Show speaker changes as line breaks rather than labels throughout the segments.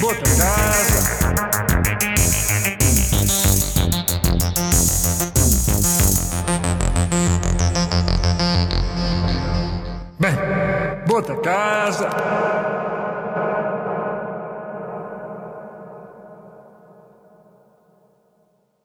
Bota casa. Bem, bota casa.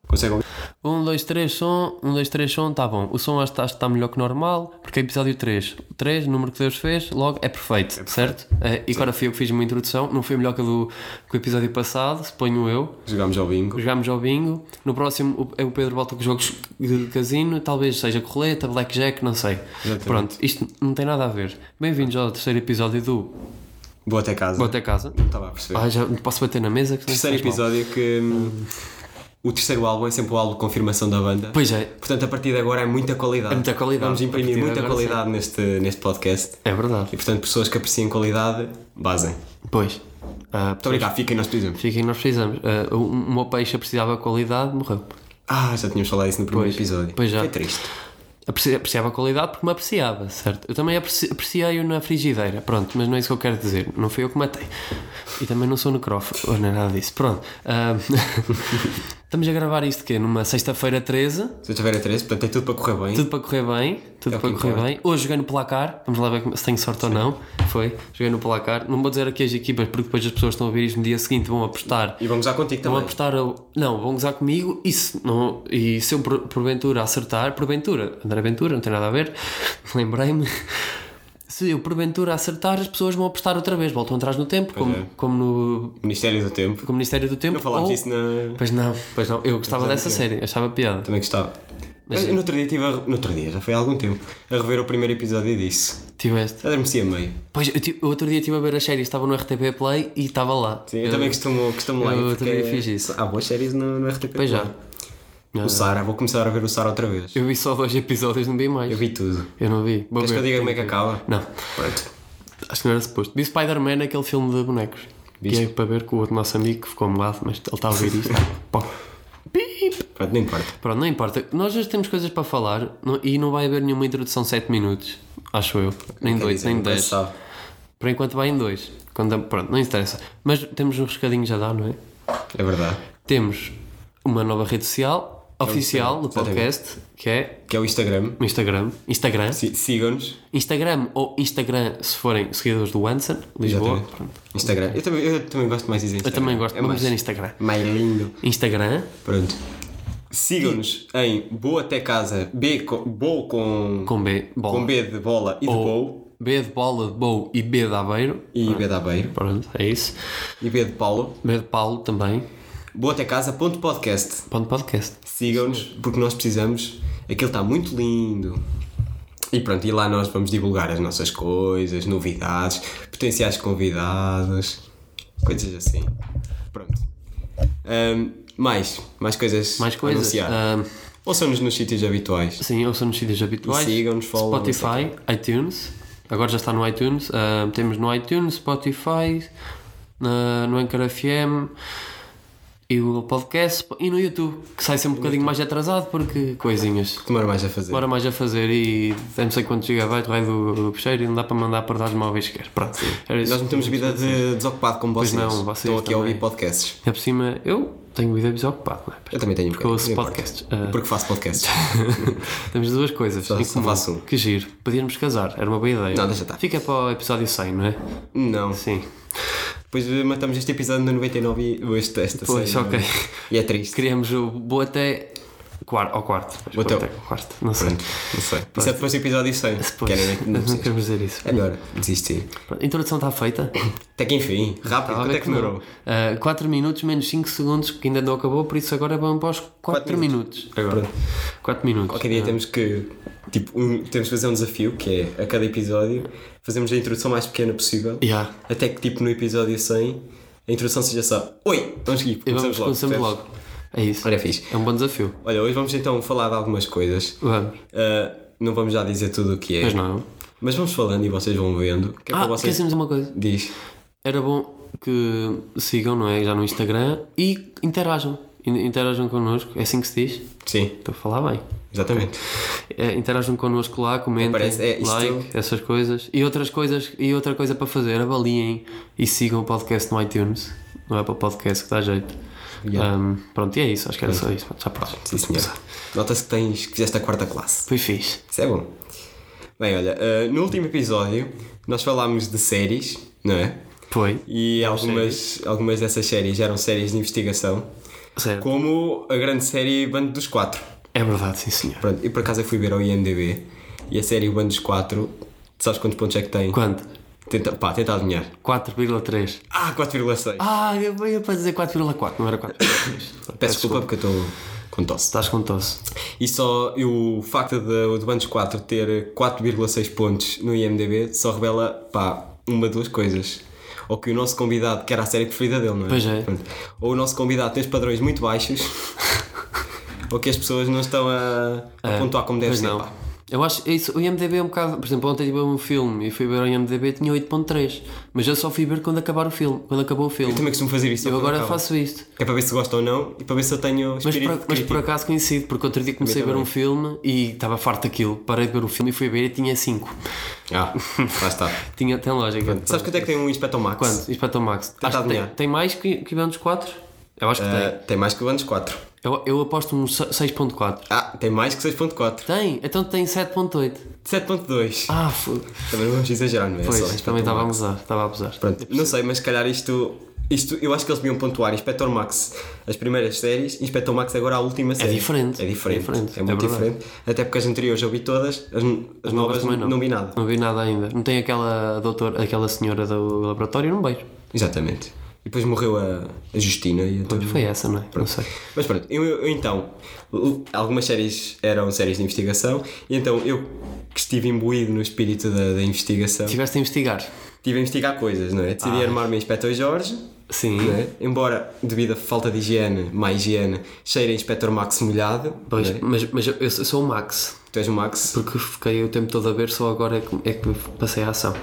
Consegue ouvir?
Um, dois, três, som. Um, dois, três, som. Está bom. O som acho, acho que está melhor que normal, porque é episódio 3. 3, o número que Deus fez, logo é perfeito, certo? Eh, e agora fui eu que fiz uma introdução. Não foi melhor que a do que o episódio passado, suponho eu.
Jogámos ao bingo.
Jogámos ao bingo. No próximo, o- é o Pedro volta com jogos de casino. Talvez seja correta, blackjack, não sei.
Exatamente.
Pronto, isto não tem nada a ver. Bem-vindos ao terceiro episódio do
Vou até casa.
Bota a Casa.
Não estava a perceber.
Ah, já posso bater na mesa? que
terceiro
faz mal.
episódio que. hum, O terceiro álbum é sempre o álbum de confirmação da banda.
Pois é,
Portanto, a partir de agora é muita qualidade.
É muita qualidade.
Vamos
A
imprimir
partir de
muita
agora,
qualidade neste, neste podcast.
é verdade.
E portanto, pessoas que apreciem qualidade, basem. Muito
Pois. Ah,
obrigado, fiquem, nós precisamos.
Fiquem, nós precisamos. Ah, o, o meu peixe precisava de qualidade, morreu.
Ah, já tínhamos falado isso no primeiro
Pois,
episódio.
pois já.
Foi triste.
Apreci- Apreciava a qualidade porque me apreciava, certo? Eu também apreci- apreciei-o na frigideira, pronto, mas não é isso que eu quero dizer. Não fui eu que matei. E também não sou necrófago, não é nada disso. Pronto. Ah, estamos a gravar isto que Numa sexta-feira 13.
Sexta-feira 13, portanto, é tudo para correr bem.
Tudo para correr bem, tudo
É o
para
que
correr
importa.
bem. Hoje joguei no placar, vamos lá ver como- se tenho sorte ou não. Foi, joguei no placar. Não vou dizer aqui as equipas porque depois as pessoas estão a ouvir isto no dia seguinte, vão apostar.
E vamos lá contigo
Vão
também.
apostar, ao- não, vão gozar comigo e se, não, e se eu por- porventura acertar, porventura, André Ventura, não tem nada a ver, lembrei-me. Se eu porventura acertar, as pessoas vão apostar outra vez, voltam atrás no tempo, como,
é.
como no
Ministério do Tempo.
como o Ministério do Tempo.
Não falámos
ou-
disso na.
Pois não, pois não, eu gostava
Mas é
dessa
mentira.
série, achava piada.
Também gostava.
é-
Mas, no outro dia estive a... re- No outro dia, já foi há algum tempo. A rever o primeiro episódio e disse.
Tiveste.
Adormeci a meio.
Pois, eu, ti- outro dia estive a ver as séries, estava no RTP Play e estava lá.
Sim, eu, também costumo, costumo lá.
eu
porque é
também fiz isso.
Há boas séries no, no RTP.
Pois já.
O Sara, vou começar a ver o Sara outra vez.
Eu vi só dois episódios, não vi mais.
Eu vi tudo.
Eu não vi. Vou
Queres que
ver.
eu diga como é que acaba?
Não,
Pronto.
acho que não era suposto. Vi Spider-Man, aquele filme de bonecos.
Viste?
Que é para ver com o outro nosso amigo que ficou molado, mas ele está a ouvir isto. Pô. Pip.
Pronto, não importa.
Pronto, não importa. Nós hoje temos coisas para falar não- e não vai haver nenhuma introdução de 7 minutos. Acho eu. Nem
Quer
2,
dizer,
nem
não
10.
pensava.
Por enquanto vai em 2. Pronto, não interessa. Mas temos um recadinho já dá, não é?
É verdade.
Temos uma nova rede social
É um
oficial do
Instagram,
podcast, que é
Que é o Instagram.
o Instagram. Instagram.
Si- Sigam-nos.
Instagram ou Instagram se forem seguidores do Anson, Lisboa.
Exatamente.
Pronto.
Instagram. Eu também, eu também gosto mais de dizer
Eu
Instagram.
também gosto,
É
vamos
mais-
dizer Instagram.
Mais lindo.
Instagram,
Pronto. Sigam-nos em Boa Até Casa. B com, boa com,
com B, bola.
com B de bola e de boa.
Ou B de bola, de Bou e B de Aveiro.
E B de Aveiro.
Pronto, é isso.
E B de Paulo.
B de Paulo também.
Boa Até Casa. Ponto podcast.
Ponto podcast.
Sigam-nos porque nós precisamos. Aquilo está muito lindo. E pronto, e lá nós vamos divulgar as nossas coisas, novidades, potenciais convidados, coisas assim. Pronto. Ahm, mais, mais coisas
Mais
a
coisas.
anunciar.
Ah,
Ouçam-nos nos sítios habituais.
sim, ouçam nos sítios habituais.
Sigam-nos, follow,
Spotify, iTunes. Agora já está no iTunes. Ah, temos no iTunes, Spotify, na- no Anchor FM e o podcast e no YouTube, que sai sempre um bocadinho mais atrasado porque coisinhas.
Demora mais a fazer.
Bora mais a fazer e não sei quantos gigabytes vai do fecheiro e não dá para mandar para dados móveis sequer. Pronto. Era isso.
Nós não temos vida de desocupado como vocês.
não, vocês
Estão aqui a ouvir
também.
podcasts.
Ainda por cima, eu tenho vida desocupado, não é?
Eu também tenho um
Porque
bocadinho,
ouço
não importa.
podcasts. Ah.
Porque faço podcasts.
Temos duas coisas.
Só-
em
só
comum.
faço um.
Que giro. Podíamos casar, era uma boa ideia.
Não, deixa estar.
Fica para o episódio 100, não é?
não.
Sim.
Depois eh, matamos este episódio no 99 e este, esta
Pois,
série,
ok.
não é? E é triste.
Criamos o Boa até quarto, ao quarto. Mas
Boa até-
ao quarto, não sei.
Pronto, não sei. Isso é depois do episódio 100.
Pois,
Querem, não
não,
precisa.
queremos dizer isso.
É melhor desistir.
Pronto, A introdução está feita?
Até que enfim, rápido,
Estava a
quanto
ver
é que demorou?
4 Ah, minutos menos 5 segundos, que ainda não acabou, por isso agora vamos para os 4 minutos. Agora. 4 minutos.
Qualquer dia temos que. Tipo, um- temos que fazer um desafio que é a cada episódio fazemos a introdução mais pequena possível.
Yeah.
Até que, tipo, no episódio 100 a introdução seja só Oi! Vamos seguir,
E
começamos
vamos,
logo.
começamos
percebes?
logo. É isso.
Olha, fixe.
É um bom desafio.
Olha, hoje vamos então falar de algumas coisas.
Vamos.
Ah, não vamos já dizer tudo o que é,
Mas não.
mas vamos falando e vocês vão vendo. Que é
Ah,
para vocês.
esquecemos uma coisa.
Diz.
Era bom que sigam, não é? Já no Instagram e interajam. in- interajam connosco, é assim que se diz?
Sim,
Estou a falar bem.
exatamente.
É, interajam connosco lá, comentem,
Parece- é, isto-
like, essas coisas. E outras coisas, e outra coisa para fazer, avaliem e sigam o podcast no iTunes. Não é para o podcast que dá jeito.
Yeah.
Um, pronto, e é isso, acho que era só isso. Já pronto.
Sim, senhor. Nota-se que tens que fizeste a quarta classe.
Foi fixe.
Isso é bom. Bem, olha, ah, no último episódio nós falámos de séries, não é?
Foi.
E algumas, algumas dessas séries eram séries de investigação,
Certo.
como a grande série Bando dos Quatro.
É verdade, sim senhor.
Pronto, e por acaso eu fui ver ao IMDB e a série Bando dos Quatro, sabes quantos pontos é que tem?
Quanto?
Tenta, pá, tenta adivinhar.
4,3.
Ah, 4,6.
Ah, eu eu ia para dizer 4,4, não era 4,3.
Peço desculpa porque eu estou com tosse.
Estás com tosse.
E só e o facto de, do Bandos 4 ter 4,6 pontos no IMDB só revela, pá, uma duas coisas. Ou que o nosso convidado, que era a série preferida dele, não é?
Pois é.
Pronto. Ou o nosso convidado tem os padrões muito baixos, ou que as pessoas não estão a, a pontuar como deve
Mas
ser,
É, não.
pá.
Eu acho isso, o IMDB é um bocado. Por exemplo, ontem tive um filme e fui ver o IMDB e tinha 8.3. Mas eu só fui ver quando acabar o filme, quando acabou o filme.
Eu também costumo fazer isso. só
Eu
quando
agora
acaba.
faço isto.
É para ver se gosta ou não e para ver se eu tenho
Mas
espírito
por, mas por acaso coincido, porque outro dia comecei a ver um filme e estava farto daquilo. Parei de ver o filme e fui ver e tinha 5.
Ah, lá está.
Tinha, tem lógica.
Sabes quanto é que tem um Inspector Max?
Quanto? Isto para Tom Max. Acho que tem,
adivinhar.
tem mais que, que Bandos 4? Eu acho que
Ah,
tem.
tem mais que o Bandos 4.
Eu, eu aposto um 6.4.
Ah, tem mais que 6.4.
Tem, então tem 7.8.
7.2
Ah, foda
Também não vamos exagerar, não é?
Pois,
Só Inspector
também estava a
Max.
abusar, estava a abusar.
Pronto, não sei, mas se calhar isto, isto. Eu acho que eles deviam pontuar Inspector Max as primeiras séries, Inspector Max agora a última série.
diferente.
É diferente.
É diferente,
É muito
é verdade.
diferente. Até porque as anteriores eu vi todas, as, as novas
também
não. vi nada.
Não vi nada ainda. Não tem aquela doutora, aquela senhora do laboratório, não beijo.
Exatamente. E depois morreu a, a Justina e a
Foi essa, não é? Não sei.
Mas Uhum. pronto, eu, eu então, l- algumas séries eram séries de investigação, e então eu que estive imbuído no espírito da, da investigação,
Estiveste a investigar.
estive a investigar coisas, não é? Decidi
Ah.
armar-me em Inspector Jorge,
Sim.
não é? Embora, devido a falta de higiene, má higiene, cheira a Inspector Max molhado.
Pois,
não é?
mas, mas eu, eu sou o Max,
Tu és o Max.
porque fiquei o tempo todo a ver, só agora é que, é que passei a ação.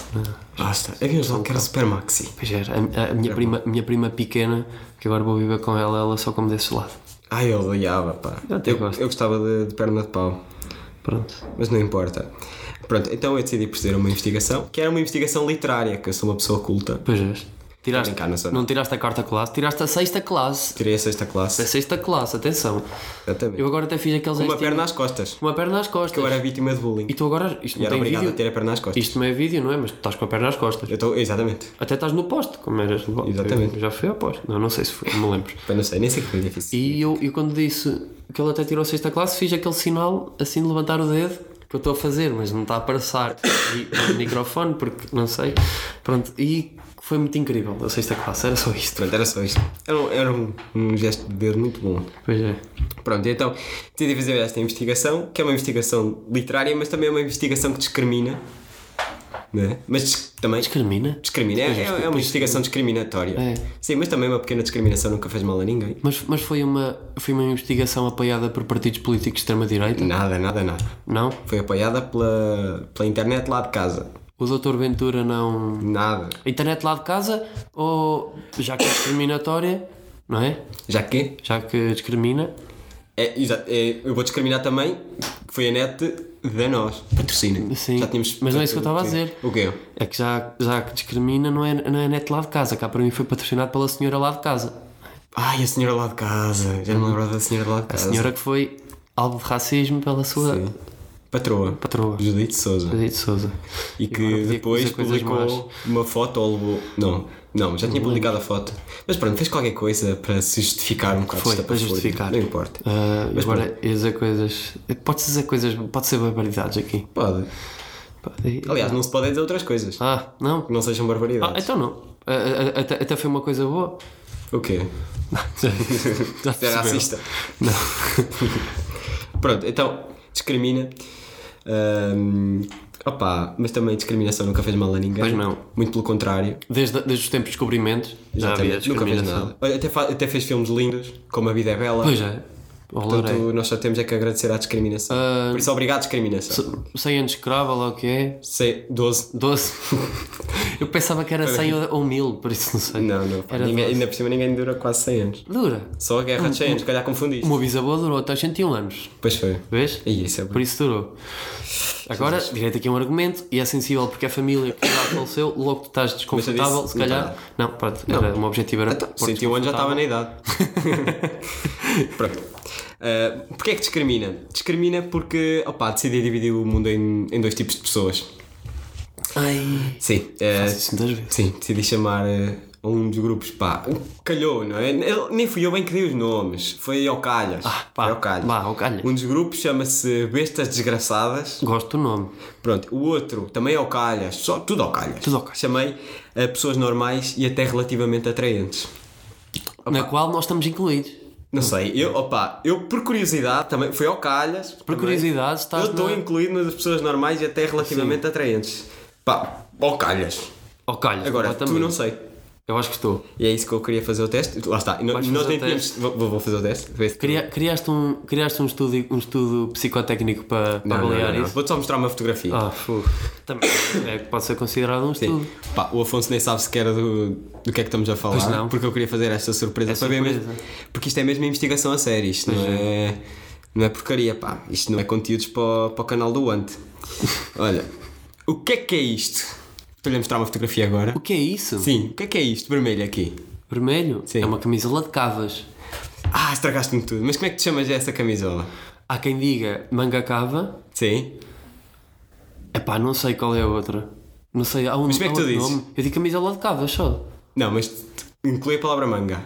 Basta. Havíamos logo É que era Super Maxi.
Pois era, a, a
É
minha, prima, minha prima pequena, que agora vou viver com ela, ela só come desse lado.
Ai, eu odiava, pá.
Eu até gosto.
eu gostava de, de perna de pau,
Pronto.
mas não importa. Pronto, então eu decidi proceder a uma investigação, que era uma investigação literária, que eu sou uma pessoa culta.
Pois és. Tiraste,
Tô brincando, sou-
não tiraste a quarta classe, tiraste a sexta classe.
Tirei a sexta classe.
A sexta classe, atenção.
Exatamente.
Eu agora até fiz aqueles
Com uma
gestinhos-
perna às costas.
Uma perna nas costas.
Que eu era vítima de bullying.
E tu agora.
E
Isto não
era
tem
obrigado
vídeo.
a ter a perna às costas.
Isto não é vídeo, não é? Mas tu estás com a perna nas costas.
Eu estou, exatamente.
Até estás no posto, como eras no posto.
Exatamente.
Eu já fui ao posto. Não, não sei se fui, não me lembro.
Pá, não sei, nem sei que foi difícil.
E eu, eu quando disse que ele até tirou a sexta classe, fiz aquele sinal assim de levantar o dedo que eu estou a fazer, mas não está a passar e, no microfone, porque não sei. Pronto, e foi muito incrível a sexta classe, era só isto.
Pronto, era só isto. Era um, era um- um gesto de dedo muito bom.
Pois é.
Pronto, então decidi fazer esta investigação, que é uma investigação literária, mas também é uma investigação que discrimina. Né? Mas dis- também
Discrimina?
discrimina. É, é- é uma investigação discriminatória.
É.
Sim, mas também uma pequena discriminação nunca fez mal a ninguém.
Mas, mas foi, uma, foi uma investigação apoiada por partidos políticos de extrema-direita?
Nada, nada, nada.
Não?
Foi apoiada pela, pela internet lá de casa.
O doutor Ventura não.
Nada.
A internet lá de casa ou já que é discriminatória, não é?
Já que
Já que discrimina,
é, exa- é, eu vou discriminar também, que foi a net da nós. Patrocina.
Sim,
Já tínhamos
mas não é isso que eu estava a dizer.
O quê?
é que já, já que discrimina não é, não é net lá de casa, cá para mim foi patrocinado pela senhora lá de casa.
Ai, a senhora lá de casa. Já não me lembrava da senhora lá de casa.
Senhora que foi alvo de racismo pela sua
Sim. Patroa.
patroa,
Judite Souza.
Judite Souza.
E
agora
que
podia
depois
fazer coisas
publicou uma foto ou levou. Não, não, já tinha publicado a foto. Mas pronto, fez qualquer coisa para se justificar um bocado.
Foi,
esta
para
pastelha.
justificar.
Não importa.
Ah,
Mas
agora ia dizer coisas. Pode dizer coisas, pode ser barbaridades aqui.
Pode.
Pode-
Aliás, não se podem dizer outras coisas.
Ah, não?
Que não sejam
Ah,
barbaridades.
então não. Ah, ah, ah, até, até foi uma coisa boa.
O quê?
Já
Ser
perceberam.
racista. Pronto, então, discrimina. Ahm, opa, mas também discriminação nunca fez mal a ninguém.
Pois não.
Muito pelo contrário.
Desde, desde os tempos de descobrimentos, já havia
Nunca fez
discriminação.
nada. Olha, Até, fa- até fez filmes lindos, como A Vida é Bela.
Pois é. Ou loureiro.
Portanto, nós só temos é que agradecer à discriminação.
Ah,
Por isso, obrigado, discriminação.
100 anos de escravo, lá o que é?
Sei, 12.
12. Eu pensava que era 100 ou- ou 1000, por isso não sei.
Não, não. pá,
Era
ninguém-
12.
ainda por cima ninguém dura quase 100 anos.
Dura.
Só a guerra de 100 anos, se calhar confundiste.
O meu bisavô durou até aos 101 anos.
Pois foi.
Vês?
E isso é bom.
Por isso durou. Agora, direito aqui a um argumento, e é sensível porque a família que já faleceu, logo tu estás desconfortável,
disse,
se
não
calhar. Não, pronto, era o meu objetivo
Então,
era. pôr
101 anos um já estava
desconfortável.
na idade. Pronto. Uh, Porquê é que discrimina? Discrimina porque, opá, decidi dividir o mundo em, em dois tipos de pessoas.
Ai.
Sim. eh,
Faço isso muitas vezes.
sim, decidi chamar eh, a um dos grupos, pá, calhou, não é? Eu- nem fui eu bem que dei os nomes, foi ao calhas.
Ah, pá,
foi ao calhas.
vá, ao calhas.
Um dos grupos chama-se Bestas Desgraçadas.
Gosto do nome.
Pronto, o outro também é ao calhas, só tudo ao calhas.
Tudo ao calhas.
Chamei a pessoas normais e até relativamente atraentes.
Na qual nós estamos incluídos. Hum.
Não sei, eu, opa, eu por curiosidade também, foi ao calhas. Por
curiosidade, estás
Eu estou
na-
incluído nas pessoas normais e até relativamente atraentes. Pá, ao calhas.
Ou calhas,
Agora, tu
completamente.
não sei.
Oh, Eu acho que estou.
E é isso que eu queria fazer o teste. Lá está, e no-
Vais
nós
fazer
nem
o
tínhamos. Vou, vou fazer o teste. Vê se-
Cria- Criaste um, criaste um, estudo, um estudo psicotécnico para, para
Não, não,
avaliar
não, não.
isso?
Vou-te só mostrar uma fotografia.
Ah, fu. Também é que pode ser considerado um estudo.
Sim. Pá, o Afonso nem sabe sequer do, do que é que estamos a falar.
Pois não.
Porque eu queria fazer esta surpresa
É
para ver
surpresa.
mesmo. Porque isto é mesmo investigação a sério. Isto não é, não é porcaria, pá. Isto não é conteúdos para, o- para o canal do Ante. Olha, o que é que é isto? Estou-lhe a mostrar uma fotografia agora.
O que é isso?
Sim, o que é que é isto vermelho aqui?
Vermelho?
Sim.
É uma camisola de cavas.
Ah, estragaste-me tudo. Mas como é que te chamas essa camisola?
Há quem diga manga cava.
Sim.
Epá, não sei qual é a outra. Não sei, há um Mas
como é que tu dizes?
Eu digo camisola de cavas só.
Não, mas t- inclui a palavra manga.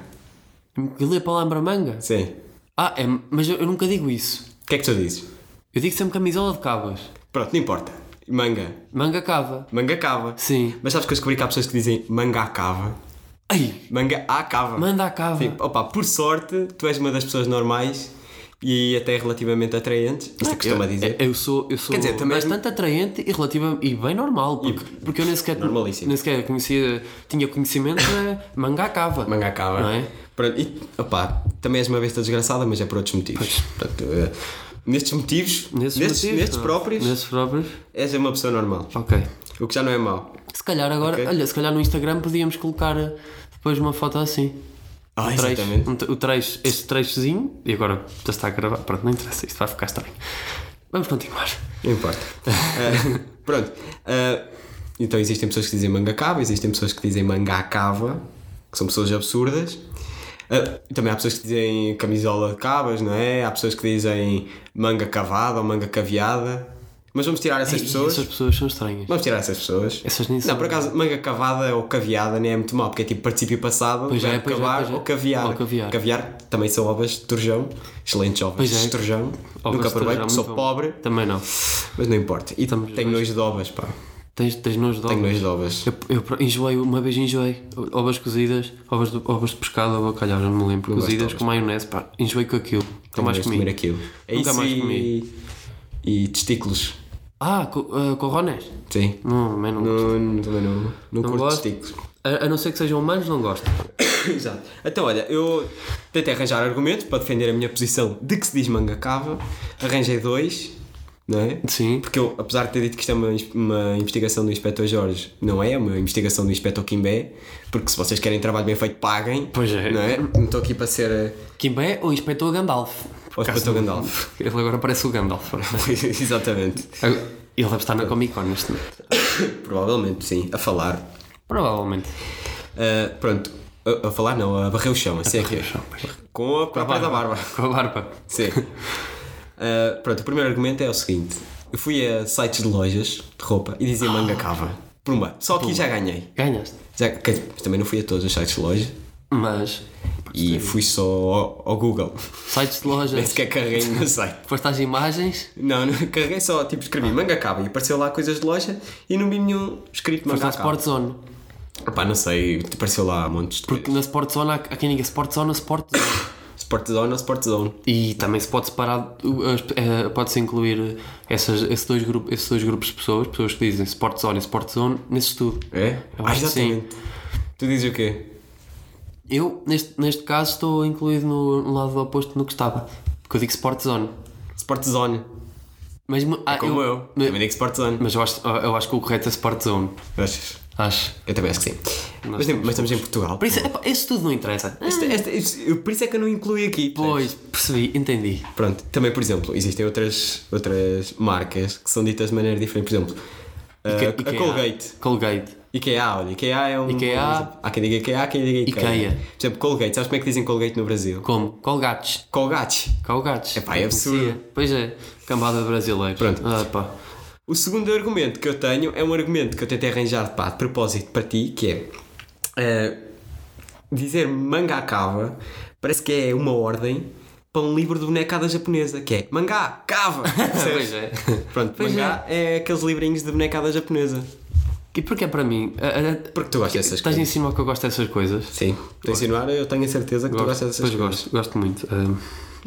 Eu li a palavra manga.
Sim.
Ah, é, mas eu, eu nunca digo isso.
O que é que tu dizes?
Eu digo sempre camisola de cavas.
Pronto, não importa. Manga.
Manga cava.
Manga cava.
Sim.
Mas sabes que eu descobri que há pessoas que dizem manga à cava?
Ai,
Manga à cava.
manda a cava.
Sim, opa, por sorte, tu és uma das pessoas normais e até relativamente atraentes. Isto é que costuma
eu,
dizer.
Eu sou, eu sou
Quer dizer, também-
bastante atraente e relativa e bem normal, porque, porque eu nem sequer,
Normalíssimo.
nem sequer conhecia, tinha conhecimento de manga cava.
Manga à cava.
Não é?
Pronto, e opa, também és uma besta desgraçada, mas é por outros motivos. Portanto, eh, nestes motivos, nestes,
motivos,
nestes
não.
próprios,
Nesses próprios.
és uma pessoa normal.
Ok.
O que já não é mau.
Se calhar agora,
Ok.
olha, se calhar no Instagram podíamos colocar eh, depois uma foto assim.
Ah,
Trecho,
exatamente.
um tre- o trecho, este trechozinho, e agora já está a gravar, pronto, não interessa, isto vai ficar estranho. Vamos continuar.
Não importa. Eh, pronto. eh, então existem pessoas que dizem manga cava, existem pessoas que dizem manga à cava, que são pessoas absurdas. Eh, também há pessoas que dizem camisola de cabas, não é? Há pessoas que dizem manga cavada ou manga caveada. Mas vamos tirar essas pessoas.
Essas pessoas são estranhas.
Vamos tirar essas pessoas.
Essas nem
Não,
são.
por acaso, manga cavada ou caveada nem é muito mal, porque é tipo participio passado,
Pois é,
verbo
pois é,
cavar
pois é.
ou caviar.
Ou caviar.
também são ovas de turjão, excelentes ovas
Pois é.
de turjão.
Ovas
Nunca
de
provei
turjão,
porque sou
muito bom.
pobre,
Também não.
mas não importa. E
Estamos
tenho
dois.
nojo de ovas, pá.
Tens, tens nojo de
Tenho
ovos?
nojo de ovas.
Eu, eu enjoei, uma vez enjoei. Ovas cozidas, ovas de, ovas de pescado ou bacalhau, já não me lembro.
gosto de
Cozidas
ovas.
com maionese, pá. Enjoei com aquilo. Nunca
Tenho
mais
nojo de comer
comi.
aquilo. É
Nunca
isso
mais
e...
comi.
E testículos.
Ah, co, ah, corrones?
Sim.
Não, também não, gosto.
Não, não, também não, não, curto
gosto.
testículos.
A, a não ser que sejam humanos, não gosto.
Exato. Então, olha, eu tentei arranjar argumentos para defender a minha posição de que se diz manga cava. Arranjei dois, não é?
Sim.
Porque eu, apesar de ter dito que isto é uma, ins- uma investigação do Inspetor Jorge, não é, é uma investigação do Inspetor Quimbé, porque se vocês querem trabalho bem feito, paguem.
Pois é.
Não é? Não estou aqui para ser eh,
Kimbé ou inspetor Gandalf?
o Inspetor Gandalf.
Ele agora parece o Gandalf.
Exatamente.
Ele deve estar na Comic Con neste momento.
Provavelmente, sim, a falar.
Provavelmente.
Ah, pronto, a, a falar não, a barrer o chão, assim é que é. Com a própria da barba.
Com a barba.
Sim. Ah, pronto, o primeiro argumento é o seguinte: eu fui a sites de lojas de roupa e dizia manga cava. Pumba, só aqui já ganhei.
Ganhaste.
Já, quer dizer, mas também não fui a todos os sites de loja
Mas,
e fui só ao, ao Google.
sites de
Nem
lojas,
sequer carreguei no meu site.
foste às imagens,
Não, não carreguei só, tipo, escrevi manga cava e apareceu lá coisas de loja e não vi nenhum escrito
foste à
manga
Sport
cava.
Zone.
Opá, não sei, apareceu lá montes de
Porque na Sport Zone há, há quem diga Sport Zone ou Sport Zone.
Sport Zone ou Sport Zone.
E também se pode separar, uh, as- eh, pode-se incluir essas, esses, dois grupos, esses dois grupos de pessoas, pessoas que dizem Sport Zone e Sport Zone, nesse estudo.
É?
Eu acho que sim.
Tu dizes o quê?
Eu, neste, neste caso, estou incluído no, no lado oposto no que estava. Porque eu digo Sport Zone.
Sport Zone.
Mas, mu- ah,
É Como eu.
Mas,
Também digo Sport Zone.
mas eu, acho, eu acho que o correto é Sport Zone.
Achas?
Acho.
Eu também acho que sim. Mas, tipo, mas estamos em Portugal.
Por isso, epá, isso tudo não interessa.
Esta- esta- isto- por isso é que eu não incluí aqui.
Pois, percebi, entendi.
Pronto, também, por exemplo, existem outras, outras marcas que são ditas de maneira diferente. Por exemplo, a-
Ica-
é a
Ikea.
Colgate.
é Colgate.
IKEA, olha, IKEA é um.
IKEA.
Há quem diga IKEA, há quem diga IKEA.
IKEA.
Por exemplo, Colgate, sabes como é que dizem Colgate no Brasil?
Como? Colgates.
Colgate.
Colgates.
Epá, é
Eu
absurdo.
conhecia. Pois é, cambada de brasileiros.
Pronto.
Ah, pá.
O segundo argumento que eu tenho é um argumento que eu tentei arranjar pá, de propósito para ti, que é. eh, dizer mangá cava parece que é uma ordem para um livro de bonecada japonesa, que é mangá cava.
Pois é.
Pronto,
Pois
mangá é. aqueles livrinhos de bonecada japonesa.
E porque é para mim? A- a-
Porque tu gostas dessas
Estás a
coisas.
ensinar que eu gosto dessas coisas?
Sim, estou a insinuar, eu tenho a certeza que tu gostas dessas
pois
coisas.
gosto, gosto muito. Ahm,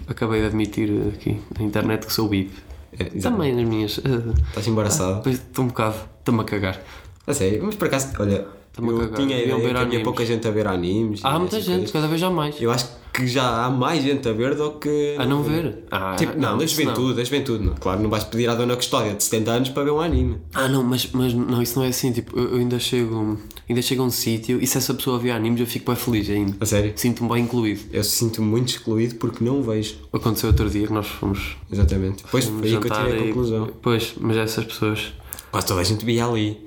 acabei de admitir aqui na internet que sou bib.
É, exatamente.
Também nas minhas. ah,
Estás embaraçado.
pois estou um bocado. Estou-me a cagar.
A sério, mas por acaso, olha,
Também
eu
cagado.
tinha a ideia
Deviam ver
que havia
animes.
pouca gente a ver animes.
Há
e
muita
essas
gente,
coisas.
cada vez há mais.
assim é. Eu acho que já há mais gente a ver do que.
A não ver? Ah,
Tipo, não, da
isso
juventude, da juventude. Não. Claro, não vais pedir à dona Custódia de 70 anos para ver um anime.
Ah, não, mas, mas não, isso não é assim. Tipo, eu eu ainda chego, ainda chego a um sítio e se essa pessoa vê animes eu fico bem feliz ainda.
A sério?
Sinto-me bem incluído.
Eu sinto-me muito excluído porque não o vejo.
Aconteceu outro dia que nós fomos.
Exatamente. Pois
fomos
foi aí que eu
Um jantar
tirei a
e-
conclusão.
Pois, mas essas pessoas.
Quase toda a gente via ali.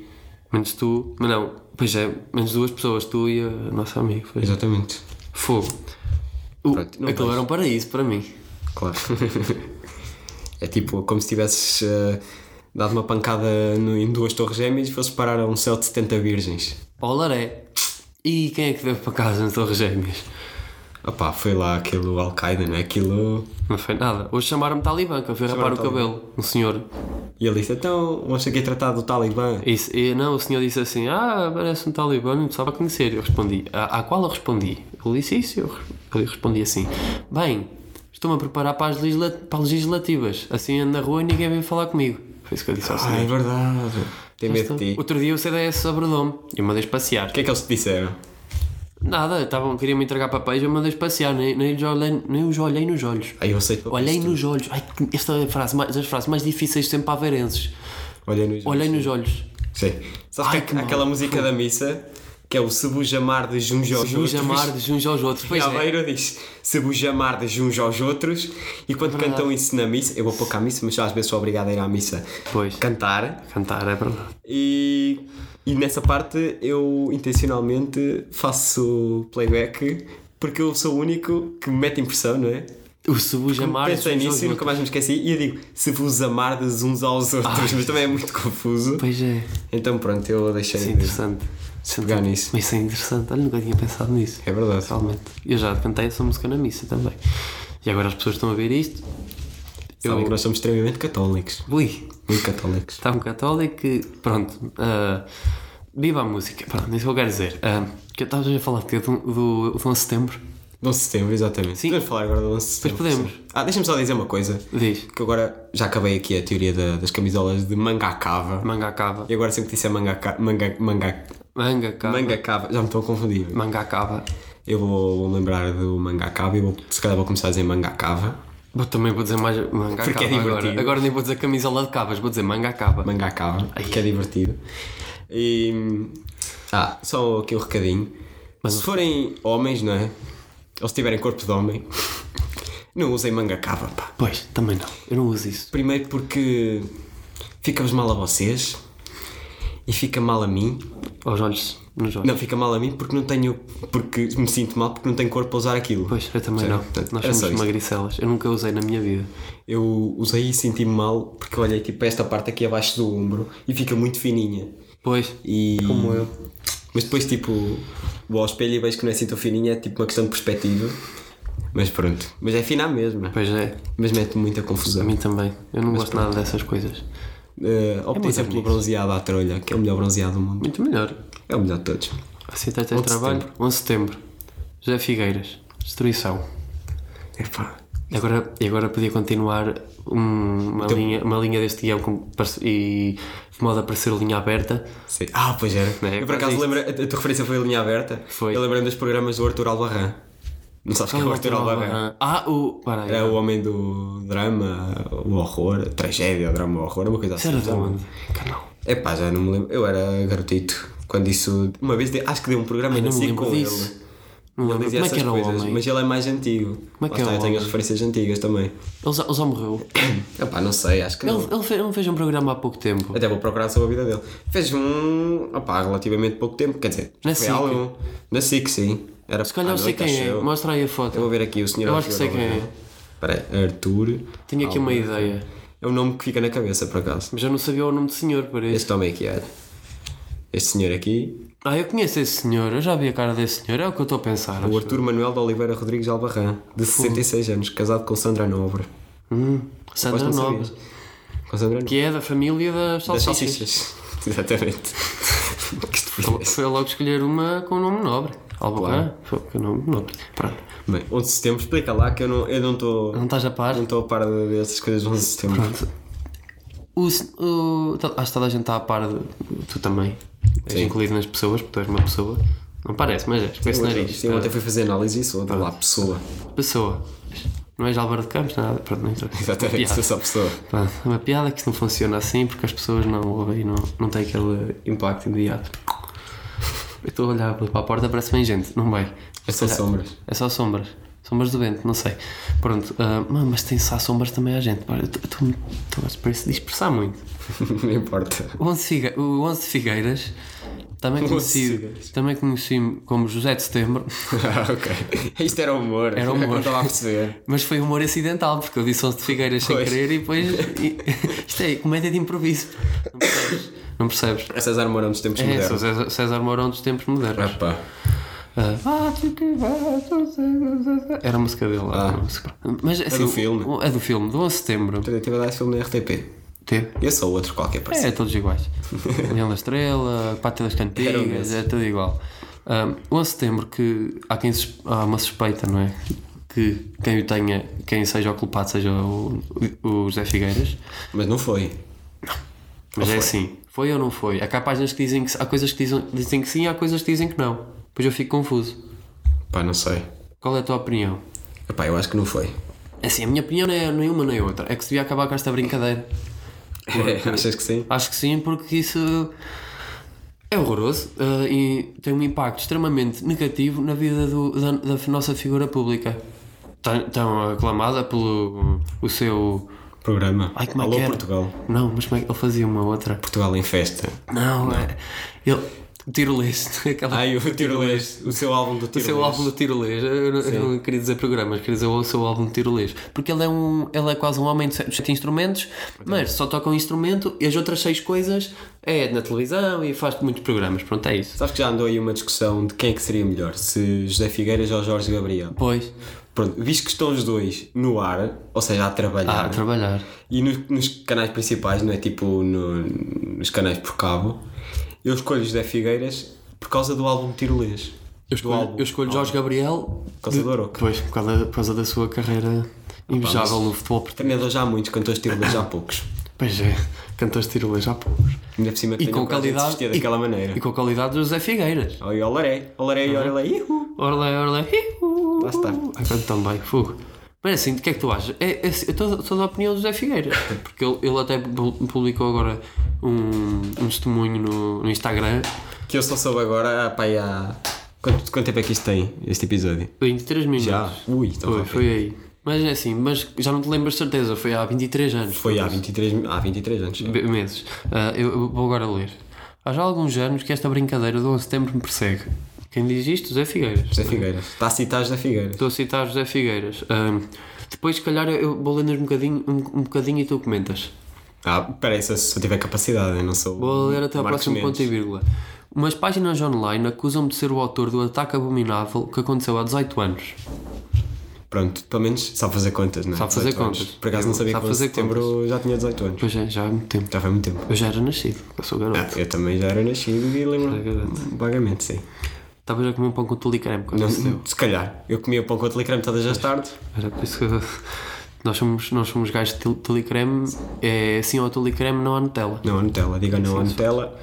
Menos tu. Mas não, pois é, menos duas pessoas, tu e a nossa amiga. Foi.
Exatamente.
Fogo. O,
Pronto, não
aquilo
vejo.
era um paraíso para mim.
Claro. é tipo como se tivesses eh, dado uma pancada no- em duas torres gêmeas e fosses parar a um céu de 70 virgens.
Olaré. é, E quem é que veio para casa nas Torres Gêmeas?
Opá, foi lá aquilo Al-Qaeda, não é? Aquilo.
Não foi nada. Hoje chamaram-me Talibã, que eu fui rapar o
Chamaram-te
cabelo. Um senhor.
E ele disse: então, vamos aqui tratar do Talibã.
Isso, e, não, o senhor disse assim: Ah, parece um talibã, não precisava conhecer. Eu respondi: à, à qual eu respondi? Ele disse isso. Eu, re- eu respondi assim: Bem, estou-me a preparar para as, legisla- para as legislativas. Assim ando na rua e ninguém vem falar comigo. Foi isso que eu disse ao
Ah, é
senhor.
verdade. Tem medo
Estou-
de ti. O
Outro dia o CDS abordou-me e mandei passear.
que é que eles te disseram?
Nada, estavam, queriam-me entregar papéis, eu mandei passear, nem, nem, lhes olhei, nem os olhei nos olhos.
Aí eu sei que
Olhei nos olhos. Ai, que- esta é a frase, mais- das frases mais difíceis sempre para verenses.
Olhei nos.
Olhei nos olhos.
Sim. Sabes
Ai,
que,
que
há aquela
mal.
música da missa que é o Se vos amar de uns aos
Se
outros.
vos amar de uns aos outros. Pois é.
Aveiro diz Se vos amar de uns aos outros. E
É
quando cantam isso na missa, eu vou pouco à missa, mas às vezes sou obrigado a ir à missa
Pois.
cantar.
Cantar, é verdade.
E, e nessa parte eu intencionalmente faço playback porque eu sou o único que me mete impressão, não é?
O se vos amar
Pensei
uns aos
nisso e nunca
outros. Ah,
mais me esqueci. E eu digo, se vos amardes uns aos outros, mas também é muito confuso.
Pois é,
Então pronto, eu deixei
isso é
de
interessante.
pegar nisso.
Mas isso é interessante, olha, nunca tinha pensado nisso.
É verdade.
Realmente. Eu já cantei essa música na missa também. E agora as pessoas estão a ver isto. Eu,
Sabem que nós somos extremamente católicos.
ui,
Muito católicos.
está um católico e pronto. ah, viva a música, pronto, isso que eu quero dizer. Ah, que eu estava a falar de do, do, do 11 de setembro.
De 11 de setembro, exatamente.
Sim.
Podemos falar agora do 11 de setembro.
podemos.
sim. Ah, deixa-me só dizer uma coisa.
Diz,
Que agora já acabei aqui a teoria da- das camisolas de manga cava.
manga cava.
E agora sempre que disser manga, ca- manga, manga,
Manga cava.
manga cava, já me estou a confundir.
Manga cava.
Eu vou, vou lembrar do manga cava e vou, se calhar vou começar a dizer manga cava.
Vou, também vou dizer mais manga
Porque é
cava agora.
divertido.
Agora nem vou dizer camisola de cavas, vou dizer manga cava.
manga acaba, que é divertido. E. Ah, só aqui um recadinho. se forem homens, não é? Ou se tiverem corpo de homem, não usem manga cava, pá.
Pois, também não. Eu não uso isso.
Primeiro porque fica-vos mal a vocês e fica mal a mim.
Aos olhos, nos olhos.
Não, fica mal a mim porque não tenho. porque me sinto mal porque não tenho corpo para usar aquilo.
Pois, eu também
Sim,
não.
portanto,
Nós
era só
somos
isto.
magricelas. Eu nunca usei na minha vida.
Eu usei e senti-me mal porque olhei tipo para esta parte aqui abaixo do ombro e fica muito fininha.
Pois,
E... Como eu. Mas depois, tipo, vou ao espelho e vejo que não é assim tão fininha, é tipo uma questão de perspectiva. Mas pronto. Mas é fina mesmo.
pois é.
Mas mete muita
A
confusão.
mim também. Eu não gosto nada dessas coisas.
Uh, optei sempre
muito
pelo
bonito.
bronzeado à trolha, que é o melhor bronzeado do mundo.
Muito melhor.
É o melhor de todos.
Aceitaste
11
este
de
trabalho? 11 de setembro. José Figueiras. Destruição.
Epá.
E agora, e agora podia continuar um- uma,
Então-
linha, uma linha deste guião com, parce- e de modo a parecer linha aberta.
Sei. Ah, pois era.
é?
eu por
Quase
acaso
isto.
lembro, a tua referência foi a linha aberta.
Foi.
Eu lembrei-me dos programas do Arthur Albarran. Não sabes quem é o Arthur Albarrán?
Ah, o. Para aí.
Era É o homem do drama, o horror, a tragédia, o drama, o horror, uma coisa assim.
Era de onde? Canal.
É pá, já não me lembro. Eu era garotito quando isso. Uma vez de- acho que dei um programa
não
em
me
si
lembro
com
disso.
ele.
Não
Ele
lembro.
dizia
Como é que
essas
era o
coisas,
homem?
mas ele é mais antigo.
Como
Lá
é que era
está,
o
eu tenho
homem?
as referências antigas também.
Ele, já, ele já morreu.
Epá, não sei, acho que não.
Ele, ele fez, ele fez um programa há pouco tempo.
Até vou procurar sobre a vida dele. Fez um. opá, há relativamente pouco tempo, quer dizer.
Na
foi
SIC.
algo. Na SIC, sim. Era
Se calhar
à
eu sei
noite,
quem
Ah, acho
é.
eu.
Mostra aí a
Eu
foto.
vou ver aqui o senhor.
Eu acho que sei quem é.
Espera aí, Arthur.
Tenho aqui uma
Albarrán.
ideia.
É um nome que fica na cabeça, por acaso.
Mas eu não sabia o nome do senhor, parece.
Este homem aqui, olha. Este senhor aqui,
Ah, eu conheço esse senhor. Eu já vi a cara desse senhor. É o que eu estou a pensar.
o
acho.
Arthur Manuel de Oliveira Rodrigues Albarrán, de 66 anos, casado com Sandra Nobre.
Hum,
Pois
Sandra
não
Nova.
sabias. Com Sandra Nobre.
Que é da família das
Das
salsichas.
salsichas. Exatamente. que estupidez.
Foi logo escolher uma com um nome nobre. Albuquerque. Foi com um nome nobre. Pronto.
Bem, 11 de setembro, explica lá que eu não estou. Eu não tô-
Não estás a par?
Não estou a par de- dessas coisas no sistema.
O, se- o, to- acho que toda a gente está a par de. Tu também. És
Sim.
incluído nas pessoas, porque tu és uma pessoa. Não parece, mas és. Com esse nariz.
Sim, ontem fui fazer análise e sou de lá, pessoa.
Pessoa. Não és Álvaro de Campos, nada. Pronto, não interessa.
Exatamente,
Piada.
sou só pessoa.
Pronto, é uma piada que isso não funciona assim porque as pessoas não ouvem e não, não têm aquele impacto imediato. Eu estou a olhar para a porta, parece bem gente, não vai.
É só sombras.
É só sombras. Sombras do vento, não sei. Pronto, ah, mano, mas tem só sombras também à gente. Pá, eu estou- eu estou a parece dispersar muito.
não importa.
O Onze Figue- o Onze Figueiras, também conhecido,
Figueiras.
também conhecido como José de Setembro,
Ah, ok. Isto era humor.
Era humor.
Não estava a perceber.
mas foi humor acidental porque eu disse Onze de Figueiras sem
Pois.
querer e depois. e- isto é comédia de improviso. Não percebes? Não percebes?
É César Mourão dos tempos
É, sou
modernos.
César, César Mourão dos tempos
Ah,
modernos.
pá.
Ah, bate que bate, Era a música dele.
Ah.
era a música. Mas, assim,
do filme.
o- É do filme, do 11 de setembro.
Tentativa de dar esse filme na RTP.
Teve.
Eu sou outro qualquer parceiro.
É, todos iguais. Leão da Estrela, Pátio das
Eram
Cantigas,
esses.
é tudo igual. Ah, 11 de setembro, que há, quem sus- há uma suspeita, não é? Que quem o tenha, quem seja o culpado seja o, o José Figueiras.
Mas não foi.
Mas
Ou
é
foi?
assim, foi ou não foi? É que há páginas que dizem que há coisas que dizem, dizem que sim, há coisas que dizem que não. Pois eu fico confuso.
Pá, não sei.
Qual é a tua opinião?
Epá, eu acho que não foi.
Assim, a minha opinião não é nenhuma nem outra. É que se devia acabar com esta brincadeira.
Achas que sim?
Acho que sim, porque isso é horroroso eh, e tem um impacto extremamente negativo na vida do- da, da nossa figura pública. Tão, tão aclamada pelo o seu.
Programa.
Ai, como é
Alô,
que era?
Portugal.
Não, mas como é que ele fazia uma outra?
Portugal em festa.
Não, é. Ele. Tirolês. Aquela.
Ai, o Tirolês. O seu álbum do
Então, é O
Tirolês.
seu álbum do tirolês, eu, não- eu não queria dizer programas, queria dizer o seu álbum de tirolês, porque ele é, um, ele é quase um homem de sete de sete instrumentos, mas só toca um instrumento e as outras seis coisas é na televisão e faz muitos programas, pronto, é isso.
Sabes que já andou aí uma discussão de quem é que seria melhor, se José Figueiras ou Jorge Gabriel.
Pois,
Pronto, visto que estão os dois no ar, ou seja, a
ah,
trabalhar,
a trabalhar.
e no- nos canais principais, não é tipo no- nos canais por cabo, eu escolho José Figueiras por causa do álbum Tirolês.
Eu escolho, eu escolho Jorge Gabriel,
Por causa do Oroco.
pois, por causa, por causa da sua carreira invejável no futebol. portu-
Treinador já há muitos, cantores tirolês já há poucos.
Pois é, cantores de tirolês há poucos.
Ainda por cima
E
tenho
com
a coragem de se
qualidade.
vestir
e-
daquela maneira.
E com a qualidade do José Figueiras.
Olha, e olaré, olaré e olaré, ihu.
Orlé, orlé.
Lá está.
Agora também, fogo. Mas assim, o que é que tu achas? É, é, eu estou da opinião do José Figueiras, porque ele, ele até pu- publicou agora um, um testemunho no, no Instagram.
Que eu só soube agora, pá, e há... Quanto, quanto tempo é que isto tem, este episódio?
23 minutos.
Já? Ui, então
Foi,
rápido.
foi aí. Mas é assim, mas já não te lembras de certeza, foi há 23 anos.
Foi há 23, há 23 anos.
Be- meses. Ah, eu, eu vou agora ler. Há já alguns anos que esta brincadeira do 11 de setembro me persegue. Quem diz isto? José Figueiras.
José Figueiras. Está a citar José Figueiras.
Estou a citar José Figueiras. Ahm, depois, se calhar, eu vou ler um bocadinho, um, um bocadinho e tu comentas.
Ah, peraí, se se eu tiver capacidade, eu não sou.
Vou ler até ao
Hum, Marcos
próximo
Mendes.
ponto e vírgula. Umas páginas online acusam-me de ser o autor do ataque abominável que aconteceu há 18 anos.
Pronto, pelo menos sabe fazer contas, não é?
Sabe fazer
18 anos.
contas.
Por acaso não sabia
Sabe
que em
fazer
setembro já tinha 18 anos.
Pois é, já há muito tempo.
Já foi muito tempo. Ah,
Eu já era nascido, eu sou garoto.
Eu também já era nascido e
é,
lembro vagamente, sim.
Estava já a comer um pão com tule e creme quando aconteceu.
Se calhar. Eu comia pão com telecreme todas as tardes.
Era por isso que nós somos, nós somos gajos de tul- tule e creme. É sim ao tule e creme, não há Nutella.
Não, a Nutella. Diga não a Nutella.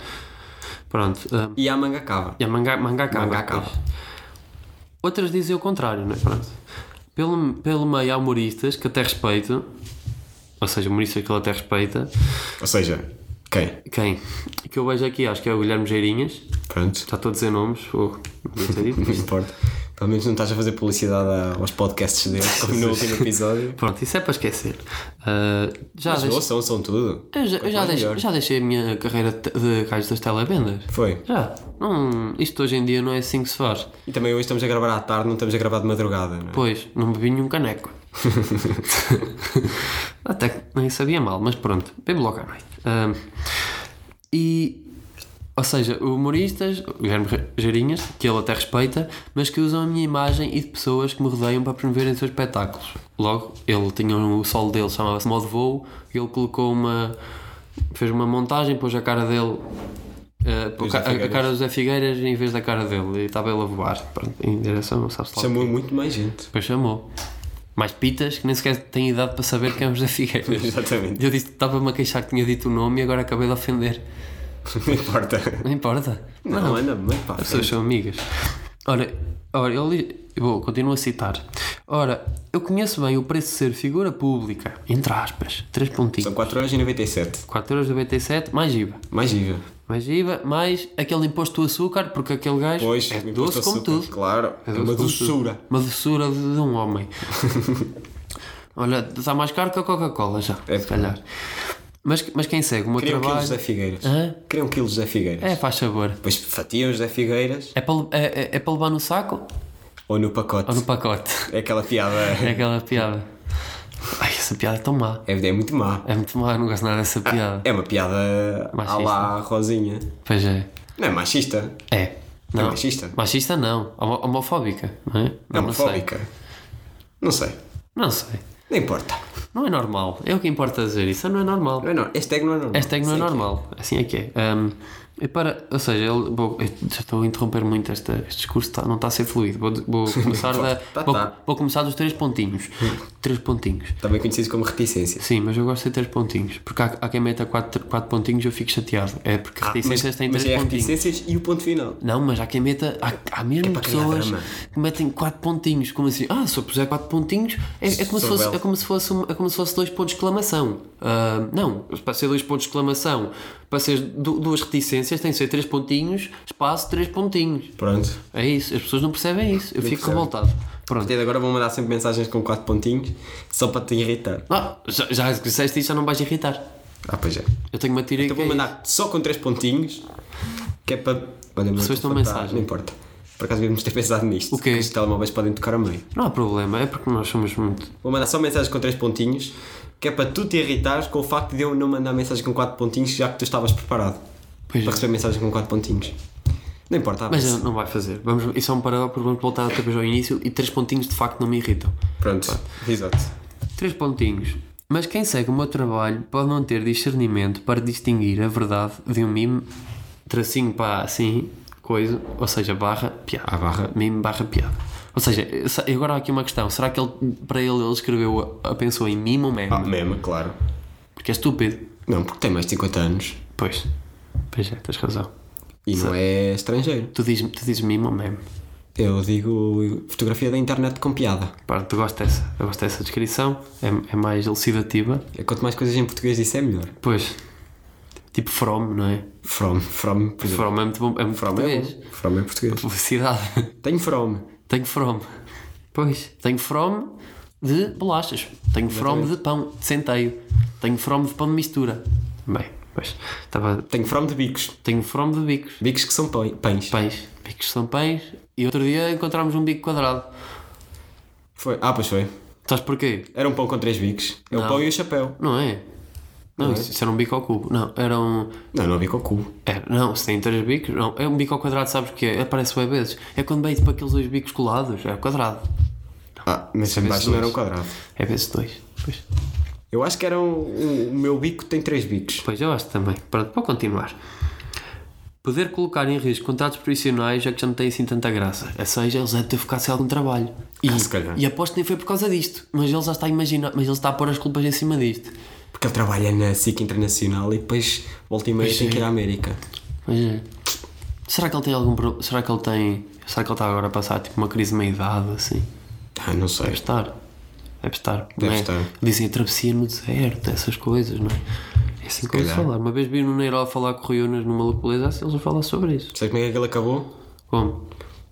Pronto. ahm,
E a manga cava.
e a É, manga, manga acaba.
Manga acaba.
pois. Outras dizem o contrário, não é? Pronto. Pelo, pelo meio há humoristas que até respeito, ou seja, humoristas que ele até respeita.
Ou seja, quem?
Quem? Que eu vejo aqui, acho que é o Guilherme Geirinhas.
Pronto,
Já estou a dizer nomes, fogo. Não devia ter dito
não
isto.
importa. Pelo menos não estás a fazer publicidade a- aos podcasts dele, como no último episódio.
Pronto, isso é para esquecer. Ah, já
Mas
deixo-
ouçam, ouçam tudo.
eu já, eu
Quanto
já
mais
deixo-
melhor.
já deixei a minha carreira de te- de gajo das televendas.
Foi.
Já. Não, isto hoje em dia não é assim que se faz.
E também hoje estamos a gravar à tarde, não estamos a gravar de madrugada, não é?
Pois, não bebi nenhum caneco. Até que nem sabia mal, mas pronto, bebo logo à noite. Ahm, e. Ou seja, humoristas, o Guilherme Jarinhas, que ele até respeita, mas que usam a minha imagem e de pessoas que me rodeiam para promoverem os seus espetáculos. Logo, ele tinha um- o solo dele, chamava-se Modo Voo, e ele colocou uma. fez uma montagem, pôs a cara dele. eh, pôs
José
a, a
Figueiras.
cara do Zé Figueiras em vez da cara dele, e estava ele a voar, pronto, em direção, sabe-se lá.
Chamou é muito mais gente.
Depois chamou. Mais pitas que nem sequer têm idade para saber quem é o José Figueiras.
Exatamente.
Eu disse, estava-me a queixar que tinha dito o nome e agora acabei de ofender.
Não importa.
Não importa.
Não, anda muito para a
As pessoas
frente.
são amigas. Ora, ora eu li... Bom, continuo a citar. Ora, eu conheço bem o preço de ser figura pública, entre aspas, 3
São
pontinhos.
4,97€.
4,97€ mais IVA.
Mais IVA.
Mais IVA, mais aquele imposto do açúcar, porque aquele gajo
Pois,
é
imposto
doce como
açúcar,
tudo.
Claro, é uma
como tudo.
doçura.
Uma doçura de, de um homem. Olha, está mais caro que a Coca-Cola já,
É um
se calhar. Mas, mas quem segue o meu
Queriam quilos
trabalho.
José Figueiras.
Hã?
Queriam quilos José Figueiras.
É, faz sabor.
Depois fatiam José Figueiras
É para, le- é, é- é para levar no saco
ou no pacote.
ou no pacote?
É aquela piada.
É aquela piada. Ai, essa piada é tão má.
É, é muito má.
É muito má, não gosto nada dessa piada.
É uma piada à
Machista.
lá Rosinha.
Pois é.
Não é machista.
É. Não.
machista?
Machista não. Homo- homofóbica, não é?
É
Não, não sei.
homofóbica. Não sei.
Não sei.
Não importa.
Não é normal. É o que importa dizer isso. Não é normal.
Não é no... Hashtag não é normal.
Hashtag não é
Sei que
normal, assim é que é. Ahm, e para, ou seja, ele, bom, eu já estou a interromper muito esta, este discurso, tá- não está a ser fluido. Vou, vou começar da-
Tá,
vou,
tá.
vou começar dos três pontinhos. três pontinhos.
Também conhecido como reticência.
Sim, mas eu gosto de ter três pontinhos, porque há, há quem meta quatro, quatro pontinhos e eu fico chateado. É porque reticências têm
mas
três
é
pontinhos.
reticências e o ponto final.
Não, mas há quem meta, há, há mesmo
É para criar
pessoas
drama.
que metem 4 pontinhos, como assim, ah, se eu puser 4 pontinhos, é, é como se
Sou
fosse,
belo.
é, como se fosse, um- é como se fosse dois pontos de exclamação. Ah, não, para ser dois pontos de exclamação, para ser du- duas reticências, tem que ser 3 pontinhos, espaço, 3 pontinhos.
Pronto.
É isso, as pessoas não percebem isso, eu fico
percebem.
revoltado.
A
Pronto.
partir de agora vão mandar sempre mensagens com quatro pontinhos só para te irritar.
Ah, já, já que disseste isso, já não vais irritar.
Ah, pois é.
Eu tenho uma teoria
Eu
que
vou
é
mandar só com três pontinhos, que é para. Olha, mas
Pessoas estão mensagem.
Não importa. Por acaso devíamos ter pensado nisto.
O quê?
que Os telemóveis podem tocar a meio.
isso. Não há problema, é porque nós somos muito.
Vou mandar só mensagens com três pontinhos, que é para tu te irritares com o facto de eu não mandar mensagem com quatro pontinhos, já que tu estavas preparado
Pois
para
é.
receber mensagem com quatro pontinhos. Não importa,
Mas
avança.
não, não vai fazer. Vamos, isso é um paralelo porque vamos voltar outra vez ao início e três pontinhos de facto não me irritam.
Pronto, exato.
Três pontinhos. Mas quem segue o meu trabalho pode não ter discernimento para distinguir a verdade de um mime, tracinho para assim, coisa, ou seja, barra, piada.
Ah, barra.
Mime, barra, piada. Ou seja, se- agora há aqui uma questão. Será que ele, para ele ele escreveu, a- pensou em mime ou meme?
Ah, mesmo, claro.
Porque é estúpido.
Não, porque tem mais de 50 anos
Pois. Pois é, tens razão.
e não é estrangeiro.
Tu dizes, tu dizes mime ou meme?
Eu digo fotografia da internet com piada.
Pronto, eu gosto dessa. Eu gosto dessa descrição. É- é mais elucidativa.
É Quanto mais coisas em português disser, é melhor.
Pois. Tipo From, não é?
From, from, por exemplo.
From é muito bom. É muito from
From é, bom. from é português.
Publicidade.
Tenho from.
Tenho From. Pois. Tenho From de bolachas. Tenho From de pão de centeio. Tenho From de pão de mistura. Bem, pois. Estava.
Tenho from de bicos.
Tenho From de bicos.
Bicos que são pão- pães.
Pães. Bicos são pães. E outro dia encontramos um bico quadrado.
Foi. Ah, pois foi.
Sabes porquê?
Era um pão com três bicos. É o
Não.
pão e o chapéu.
Não é? Não,
Não é?
isso, isso era um bico ao cubo. Não, era um.
Não, não é bico ao cubo.
É, não, se tem três bicos, não, é um bico ao quadrado, sabes o que é? Aparece bem vezes. É quando vem tipo aqueles dois bicos colados, é o quadrado.
Ah, mas em baixo não era um quadrado.
É vezes dois. Pois,
Eu acho que era um, um- o meu bico tem três bicos.
pois eu acho também. Pronto, vou continuar. Poder colocar em risco contratos profissionais já que já não tem assim tanta graça. Ou seja, eles devem ter ficado sem algum trabalho. E,
Ah, se calhar.
e aposto que nem foi por causa disto. Mas ele já está a imaginar, mas ele está a pôr as culpas em cima disto.
Porque ele trabalha na SIC Internacional e depois volta e meia tem que ir à América.
eh, Mas é. Será que ele tem algum pro- Será que ele tem. Será que ele está agora a passar tipo uma crise de meia idade assim?
Ah, não sei.
Deve estar. Deve estar.
Deve
não é?
estar.
Dizem a travessia no deserto, essas coisas, não é? É assim que eu ouço
calhar.
falar. Uma vez vi no Neiro a falar com o Rui Unas numa localização, eles vão falar sobre isso.
Sabe como é que ele acabou?
Como?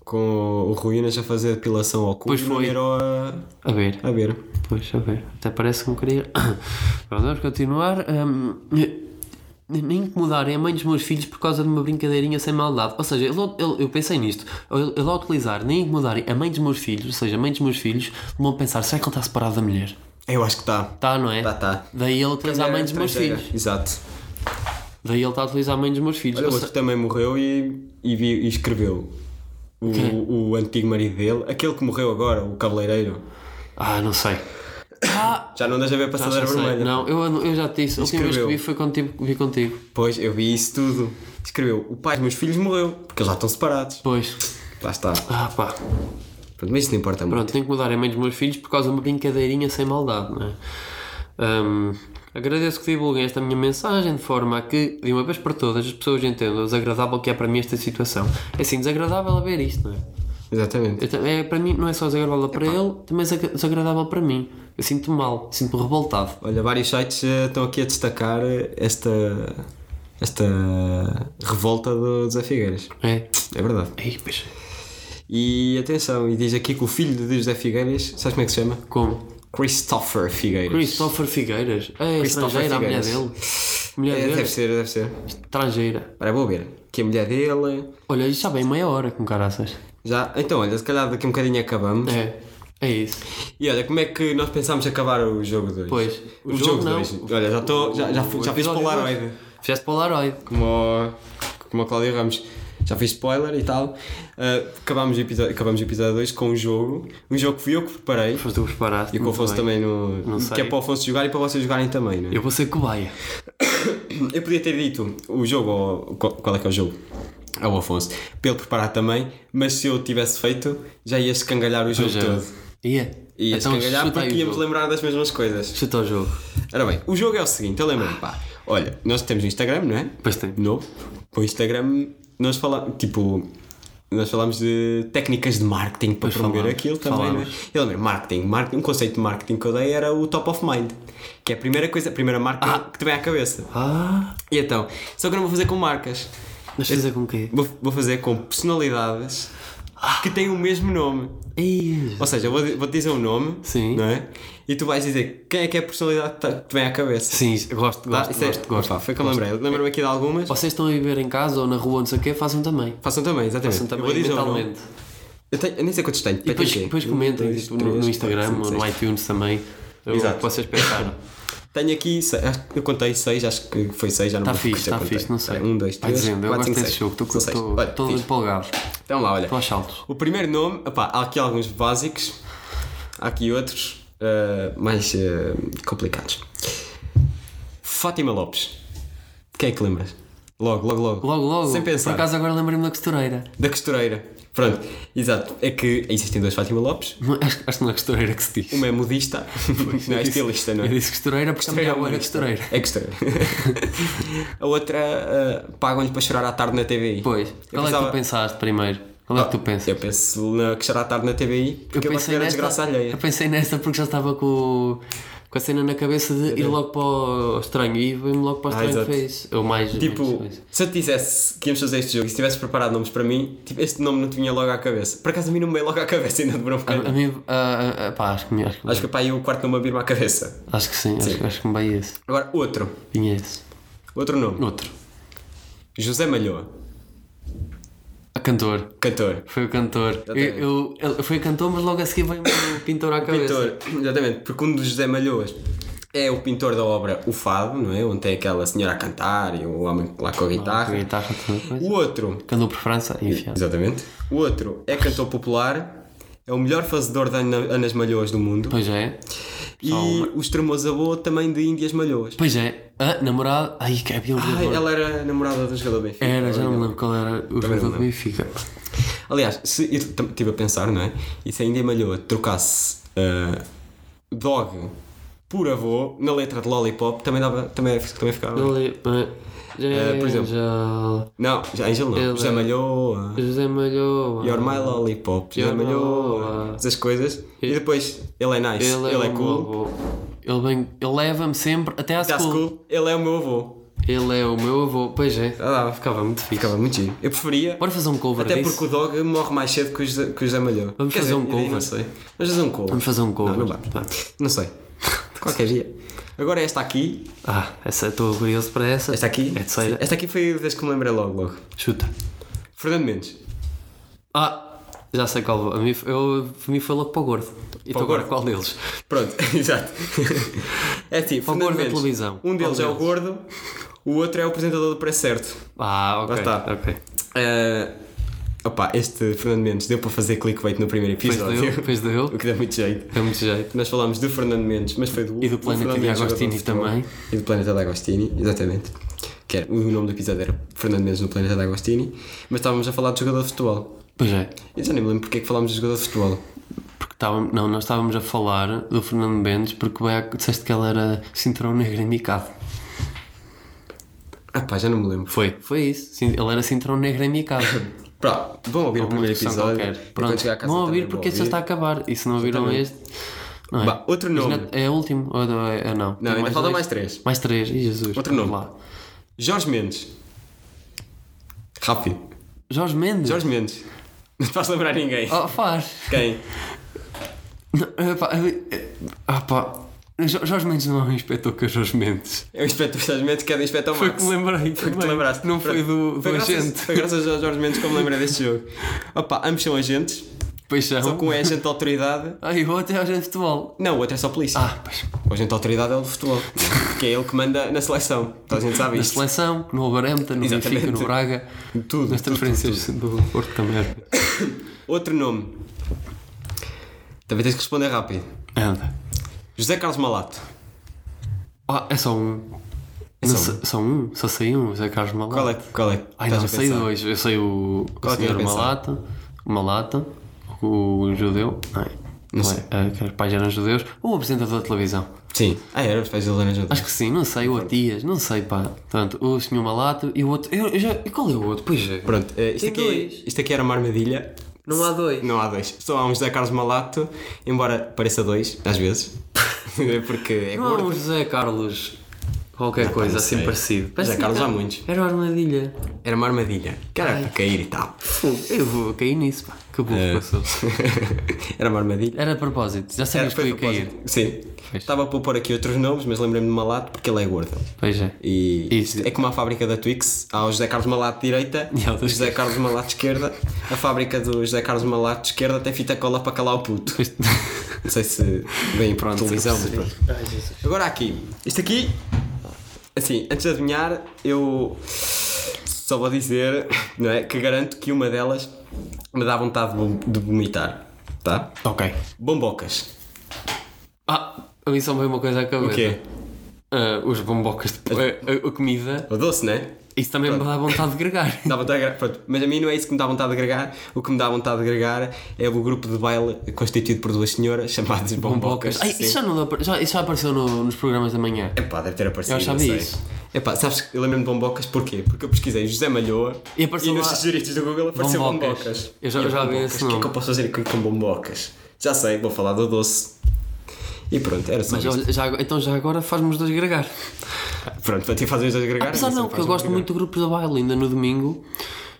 Com o Ruínas a fazer depilação ao cu
Pois
e não
foi.
virou a,
A ver.
a ver.
Pois, a ver. Até parece que me queria. Pronto, vamos continuar. Hum, nem incomodarem a mãe dos meus filhos por causa de uma brincadeirinha sem maldade. Ou seja, ele, ele- eu pensei nisto. Ele, ele ao utilizar nem incomodarem a mãe dos meus filhos, ou seja, a mãe dos meus filhos, vão pensar: será que ele está separado da mulher?
Eu acho que está.
Tá, não é?
Tá, tá.
Daí ele utiliza a mãe dos meus
Estrangeira.
filhos.
Exato.
Daí ele está a utilizar a mãe dos meus filhos.
Olha, o
Ou
outro
se-
também morreu e, e, vi- e escreveu. O,
Quem?
o antigo marido dele, aquele que morreu agora, o cabeleireiro.
Ah, não sei. Ah,
Já não deixa ver a passadeira
já sei.
vermelha.
Não, eu, ando- eu já te disse. A última vez que
Escreveu.
vi foi contigo. Vi contigo.
Pois, eu vi isso tudo. Escreveu, o pai dos meus filhos morreu, porque eles já estão separados.
Pois.
Lá está.
Ah, pá.
Pronto, mas isso não importa muito.
Pronto, tenho que mudar a mãe dos meus filhos por causa de uma brincadeirinha sem maldade, não é? Hum, agradeço que divulguem esta minha mensagem de forma a que, de uma vez por todas, as pessoas entendam o desagradável que é para mim esta situação. É assim, desagradável a ver isto, não é?
Exatamente.
Eu ta- é, para mim não é só desagradável para ele, também é desagra- desagradável para mim. Eu sinto-me mal, sinto-me revoltado.
Olha, vários sites eh, estão aqui a destacar eh, esta, esta revolta do Zé Figueiras.
É.
É verdade.
Ei, pois.
E atenção, e diz aqui que o filho de José Figueiras, sabes como é que se chama?
Como?
Christopher Figueiras.
Christopher Figueiras. É
Christopher
estrangeira, a mulher
Figueiras.
dele. Mulher
É,
dele,
deve ser, deve ser.
estrangeira.
Ora, vou ver. Que a mulher dele.
Olha, isto já vem meia hora com caraças.
Já, então, olha, se calhar daqui a um bocadinho acabamos.
É, é isso.
E olha, como é que nós pensámos acabar o jogo 2?
Pois.
O,
O
jogo
jogo não.
2. Olha, já, tô, já, já, fu- já fiz
episódio
Polaroid.
dois. Fizeste Polaroid.
Como, o- como a Cláudia Ramos. Já fiz spoiler e tal. Ah, acabámos o episódio, acabamos o episódio 2 com um jogo. Um jogo que fui eu que preparei.
Foste tu que preparaste.
E que o Afonso também no.
Não sei.
Que é para o Afonso jogar e para vocês jogarem também, não é?
Eu vou ser cobaia.
Eu podia ter dito o jogo, ao- qual qual é que é o jogo? Ao Afonso, para ele preparar também, mas se eu tivesse feito, já ia escangalhar o jogo todo.
Ia.
Ia escangalhar
é. Então, chuta aí
porque
o
ia-me
jogo.
lembrar das mesmas coisas.
Chuta o jogo.
Ora bem, o jogo é o seguinte, eu lembro-me, pá. Olha, nós temos o Instagram, não é?
Pois tem.
Novo. Para o Instagram, nós falamos, tipo, nós falamos de técnicas de marketing para
Pois
promover
falámos,
aquilo também, não
falámos.
é? Eu lembro, marketing, marketing, um conceito de marketing que eu dei era o top of mind, que é a primeira coisa, a primeira marca que te vem à cabeça.
Ah,
E então, só que eu não vou fazer com marcas.
mas fazer com o quê?
Vou, vou fazer com personalidades que têm o mesmo nome.
Ia.
Ou seja, eu vou, di- vou-te dizer um nome,
Sim.
não é? E tu vais dizer quem é que é a personalidade que tá- que te vem à cabeça.
Sim, eu gosto,
Tá?
gosto,
Isso é-
gosto, gosto.
Opa, foi que eu lembrei. Lembro-me aqui de algumas.
Vocês estão a viver em casa ou na rua, não sei o quê, façam também.
Façam também, exatamente.
Façam
eu vou
também
dizer um nome.
mentalmente.
Eu, tenho, eu nem sei quantos tenho.
E depois, depois comentem tipo, no, no Instagram ou no iTunes também.
Exato.
O que vocês pensaram. Tá
Tenho aqui, se- acho que eu contei 6, acho que foi 6, já não me lembro
Está Tá fixe, está
quantos eu
fixe,
contei.
não sei.
Espera, Um, dois,
Vai
três,
dizendo, eu
quatro,
gosto
cinco,
desse
seis.
jogo,
São seis. Olha,
estou
fixe.
empolgado,
Então lá, olha.
estou a saltos.
O primeiro nome, opá, há aqui alguns básicos, há aqui outros eh, mais eh, complicados. Fátima Lopes. Quem é que lembras? Logo, logo, logo.
Logo, logo,
Sem
por
pensar.
acaso agora lembrei-me da costureira.
Da costureira. Pronto, exato. É que existem duas Fátima Lopes.
Não, Acho, acho que não é costureira que se diz.
Uma é modista, não é
Eu disse-
estilista, não é?
Eu disse costureira porque
Costureira
a minha avó era
modista.
costureira.
É costureira. a outra eh, pagam-lhe para chorar à tarde na TVI.
Pois, qual é que
pensava-
tu pensaste primeiro? Qual é que tu pensas?
Eu penso na que chorar à tarde na TVI porque eu, gosto de ver a desgraça alheia.
eu pensei nesta porque já estava com, com a cena na cabeça de ir logo para o estranho e veio-me logo para o
Ah,
estranho
exato.
que fez. Ou mais.
Tipo,
menos,
se eu te dissesse que íamos fazer este jogo e se tivesse preparado nomes para mim, tipo, este nome não te vinha logo à cabeça. Por acaso a mim não me veio logo à cabeça, ainda demorou um
a,
bocado.
a mim, a- a- a- pá, acho que, me- acho que,
Acho que pá, aí o quarto nome vir-me à cabeça.
acho que sim, Acho, acho que me vai esse.
Agora, outro.
Vinha esse.
Outro nome.
Outro.
José Malhoa,
A cantor.
cantor.
Foi o cantor. Eu,
Exatamente.
eu, ele- foi o cantor, mas logo a seguir veio-me o pintor à cabeça.
Pintor, exatamente, porque um dos José Malhoas é o pintor da obra O Fado, não é? Onde tem aquela senhora a cantar e o homem lá Ah, com a
Com a
guitarra.
guitarra, toda a coisa.
O outro,
Que andou por França, enfim.
exatamente. O outro é cantor popular, é o melhor fazedor de ana- Anas Malhoas do mundo.
Pois é.
E o extremoso avô também de Índias Malhoas.
Pois é. A namorada. Ai, que havia um
Ai,
jogador.
Ah, ela era namorada do jogador do Benfica.
Era, já não me lembro qual era o jogador do
lembro.
Benfica.
Aliás, se, eu é estive a pensar, não é? E se a Índia Malhoa trocasse ah, dog por avô, na letra de Lollipop, também, dava, também, também ficava.
Ali, eh,
Eh, por exemplo.
Angel,
Não, já Angel não.
Ele-
José Malhoa.
José Malhoa.
Your My Lollipop. José
Your
Malhoa.
Malhoa.
Essas coisas. E depois, ele é nice. Ele, é
um
cool.
avô. Ele, vem- ele leva-me sempre até à
Está
school.
cool. Ele é o meu avô.
Ele é o meu avô. Pois é.
dava.
Ficava muito fixe.
Ah, Ficava muito giro. Eu preferia.
Bora fazer um cover
Até
disso?
porque o Dog morre mais cedo que o José, que o José Malhoa.
Vamos
Quer
fazer
dizer,
um
eu
cover.
Não sei. Vamos fazer um cover.
Vamos fazer um cover.
Não, não dá.
Vá.
Não sei. Qualquer dia. Agora é esta aqui.
Ah, essa estou curioso para essa.
Esta aqui.
É de Ceira.
Esta aqui foi a vez que me lembrei logo, logo.
Chuta.
Fernando Mendes.
Ah, já sei qual. vou. A mim, eu, a mim foi logo para o gordo. E tu
o
agora
gordo.
qual deles?
Pronto, exato. É assim, Fernando
gordo da
Mendes,
televisão.
Um deles
Qual
é o gordo, o outro é o apresentador do Preço Certo.
Ah, ok.
Lá está.
ok.
Eh, opa, este Fernando Mendes deu para fazer clickbait no primeiro episódio.
deu, pois deu.
O que dá muito jeito.
É muito jeito.
Nós falámos do Fernando Mendes, mas foi do
E do Planeta
Fernando Mendes
de
jogador
Agostini
de futebol.
também.
E do Planeta de Agostini, exatamente. Que era, o nome do episódio era Fernando Mendes no Planeta de Agostini, mas estávamos a falar de jogador de futebol.
Pois é.
Eu já nem me lembro porque é que falámos de jogador de futebol.
Porque estávamos, não, nós estávamos a falar do Fernando Mendes porque bem, disseste que ele era cinturão negro indicado.
Ah pá, já não me lembro.
Foi. Foi isso. Sim, ele era cinturão negro indicado.
Pá, vão ouvir o
Uma
primeiro
discussão
episódio.
qualquer.
e quando
Pronto.
chegar a casa
Vão
também
ouvir
vou
porque este já está a acabar. E se não ouviram
Exatamente.
este. Não é?
Bah, outro
Mas
nome.
não- É o último? Ou não, é, é não? Tem
ainda faltam
dois?
mais três.
Mais três, e Jesus.
Outro
vamos
nome. Jorge Mendes. Rápido.
Jorge Mendes?
Jorge Mendes. Não te faz lembrar ninguém.
Oh, faz.
Quem?
Não, epá, eh, ah, pá. Jo- Jorge Mendes não é o inspetor que é Jorge Mendes.
É o inspetor Jorge Mendes que é do Inspector
Foi o que
Max.
me
Foi que
lembrei.
te
também.
lembraste.
Não foi do, do
foi graças,
agente.
Foi graças ao Jorge Mendes que eu me lembrei deste jogo. Opa, ambos são agentes.
Paixão.
Só que um é agente de autoridade.
Ah, e o outro é o agente de futebol.
Não, o outro é só polícia.
Ah, pois.
O agente de autoridade é o do futebol. que é ele que manda na seleção. Toda a gente sabe
Na
isto.
seleção, no Overhampton, no
Exatamente.
Benfica, no Braga.
Tudo,
Nas
tudo,
transferências do Porto também.
Outro nome. Também tens que responder rápido.
Anda.
José Carlos Malato.
Ah, é só um. Não
É só
se- só um? Só sei um, Zé Carlos Malato.
Qual é que qual é que
Ai,
estás
não,
a
sei
pensar?
dois. Eu sei o, o
Qual é que eu ia
senhor
pensar?
Malato, o Malato, o judeu. Ai,
Não
não
sei.
sei. que os pais eram judeus. O apresentador da televisão.
Sim. Ah, era os pés da Helena Jodá.
Acho que sim, não sei. O Atias, não sei, pá. Portanto, o senhor Malato e o outro. Eu, eu já, e qual é o outro? Pois é.
Pronto, eh, isto
Tem
aqui,
dois.
isto aqui era uma armadilha.
Não há dois.
Não há dois. Só há um José Carlos Malato, embora pareça dois, às vezes. Porque é
Não há
gordo.
um José Carlos. Qualquer coisa
Ah, não
assim
sei.
parecido. Parece que
Carlos há
era-
muitos.
Era uma armadilha.
Era uma armadilha. Que era para cair e tal.
Fogo, Eu vou cair nisso, pá. Que burro
É.
que eu sou.
era uma armadilha.
Era a propósito, já
Era
sabias que eu ia cair.
propósito. Sim. Estava a propor aqui outros nomes, mas lembrei-me de Malato porque ele é gordo.
Pois é.
E
Isso.
é como a fábrica da Twix, há o José Carlos Malato direita,
E há o
o
da
José Carlos Malato esquerda. A fábrica do José Carlos Malato esquerda tem fita cola para calar o puto.
Pois-
Não sei se vem para
Pronto,
televisão, mas
sim.
pronto. Agora aqui, isto aqui, assim, antes de adivinhar, eu só vou dizer, não é, que garanto que uma delas me dá vontade de vom- de vomitar, tá?
Ok.
Bombocas.
Ah, a mim só me veio uma coisa à cabeça.
O quê?
Ah, os bombocas de a, a- a comida.
O doce, não é?
Isso também me dá vontade de gregar.
Dá vontade de agregar- pronto, mas a mim não é isso que me dá vontade de agregar. O que me dá vontade de agregar é o grupo de baile constituído por duas senhoras chamadas Bombocas. É
Bombocas. Ai, isso já, não dá, já, isso já apareceu no- nos programas da manhã.
Epá, deve ter aparecido.
Eu já
não
vi
sei.
isso.
Epá, sabes que eu lembro-me de Bombocas porquê? Porque eu pesquisei José Malhoa
E apareceu
nos
lá
sugeridos do Google apareceu Bombocas.
Bombocas. Eu já-
E
eu já vi
Bombocas.
esse
O que é
nome.
que eu posso fazer aqui com Bombocas? Já sei, vou falar do doce. E pronto, era só
Mas
isto.
olha, já, então já agora faz-me os dois gregar.
Pronto, vou ter que fazer os dois agregar.
Apesar
mas
não,
só
porque eu
faz um
gosto
agregar.
muito do grupo da baile. Ainda no domingo,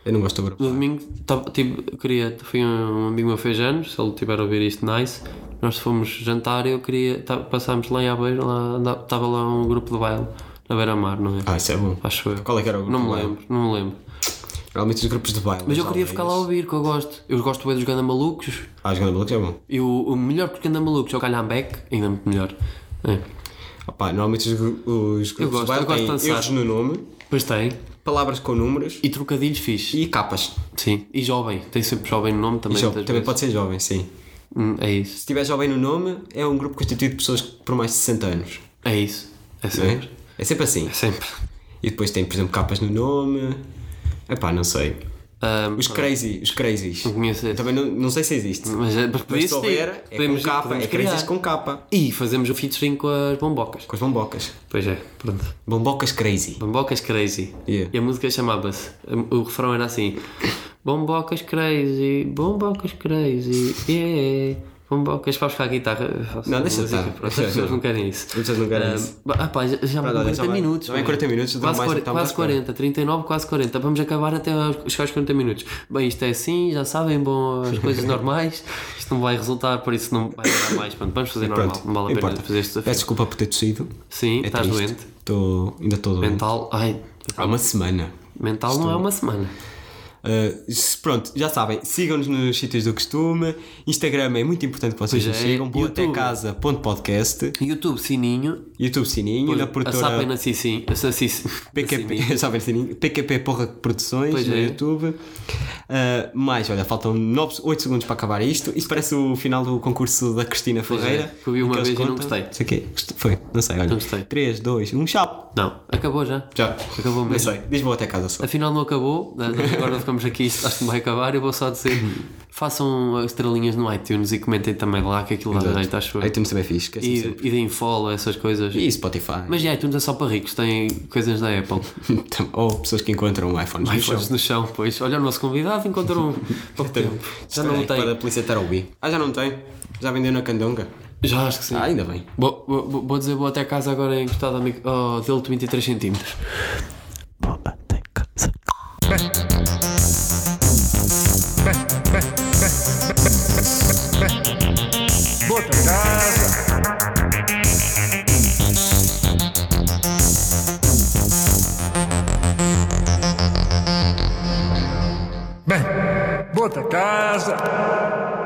Eu não gosto do grupo.
no domingo, tava- tive, queria, fui um amigo meu fez anos, se ele tiver a ouvir isto, nice. Nós fomos jantar e eu queria, tá, passámos lá em Abeiro, lá estava lá um grupo de baile, na beira-mar, não é?
Ah, isso é bom.
Acho eu.
Qual é que era o grupo
Não
de
me
baile?
lembro, não me lembro.
Realmente os grupos de baile.
Mas
as
eu queria ficar lá a
aldeias.
ouvir, que eu gosto. Eu gosto bem dos Ganda Malucos.
Ah, os Gandamalucos é bom.
E o, o melhor que os Ganda Malucos é o Calhambeck, ainda muito melhor. É.
Opá, normalmente os, gru- os grupos
gosto,
de baile
eu gosto
têm
de dançar.
erros no nome,
Pois tem.
palavras com números
E trocadilhos fixe.
e capas.
Sim. E jovem. Tem sempre jovem no nome também.
Jo-
muitas
também
vezes.
pode ser jovem, sim.
Hum, é isso.
Se tiver jovem no nome, é um grupo constituído de pessoas por mais de 60 anos.
É isso. É
não
sempre.
É, é sempre assim.
É sempre.
E depois tem, por exemplo, capas no nome. Epá, não sei.
Ahm,
Os crazy, os crazies.
conheço esse.
Também não, não sei se existe.
mas, mas
Mas
podia
se houver,
existir.
é
Uhum. Podemos-
com capa,
podemos
é crazies
criar.
com capa.
E fazemos o featuring com as bombocas.
Com as bombocas.
Pois é, pronto.
Bombocas crazy.
Bombocas Crazy.
Yeah.
E a música chamava-se. O refrão era assim: Bombocas Crazy, Bombocas Crazy, yeah. Bombocas, vais buscar a guitarra. faço
Não,
a
deixa
música,
estar.
pronto, As pessoas não querem isso.
As pessoas não querem
Ah,
isso.
bah, Ah, pá, já, já
Pronto,
vão
olha,
40
já vai-
minutos.
já vai
mano.
40 minutos, dá
Quase,
mais,
quar-
então,
quase
vamos
40, 39, quase 40. Vamos acabar até aos, chegar aos 40 minutos. Bem, isto é assim, já sabem, bom, as coisas normais. Isto não vai resultar, por isso não vai dar mais. Pronto, vamos fazer normal.
Pronto,
não vale a
não
pena
importa.
fazer este desafio.
Peço desculpa por ter tossido. É
Sim, estás
triste.
doente.
Tô, ainda estou doente.
Mental, ai,
Há uma semana.
mental não é uma semana.
Uh, se- pronto, já sabem, sigam-nos nos sítios do costume. Instagram é muito importante que vocês
Pois
nos
é,
sigam. Boa
YouTube.
até casa, ponto podcast,
YouTube, sininho.
YouTube Sininho, na
A Sapa e
produtora
na Cici. A Saci.
PQP, sabem, sininho, PQP Porra Produções
Pois
no
é.
YouTube. Uh, mais, olha, faltam 9, 8 segundos para acabar isto. Isto parece o final do concurso da Cristina Ferreira.
é, que eu vi uma
em eles
vez e não
contam.
gostei.
Sei quê, gost- Foi, não sei, olha.
Não gostei.
3, 2, 1, tchau.
Não, acabou já.
Tchau.
Acabou
Não
mesmo.
sei, diz boa até casa só.
Afinal não acabou, nós agora ficamos aqui, isto acho que não vai acabar. Eu vou só dizer: façam estrelinhas no iTunes e comentem também lá que aquilo dá jeito, acho eu.
Aí tu também fiz, esquece
E,
é sempre.
e deem follow, essas coisas.
E Spotify.
Mas já, iTunes é só para ricos, tem coisas da Apple.
Ou pessoas que encontram iPhones. no chão.
iPhones no chão, pois. Olha, o nosso convidado encontrou um pouco tempo. Já
Espera
não
aí,
tem.
Para a polícia estar a ouvir. Ah, já não tem? Já vendeu na Candonga?
Já acho que sim.
Ah, ainda bem.
Vou, vou- vou dizer boa até casa agora encostado ao micro. Oh, dele 23 centímetros.
Bota casa. Bem, bota casa.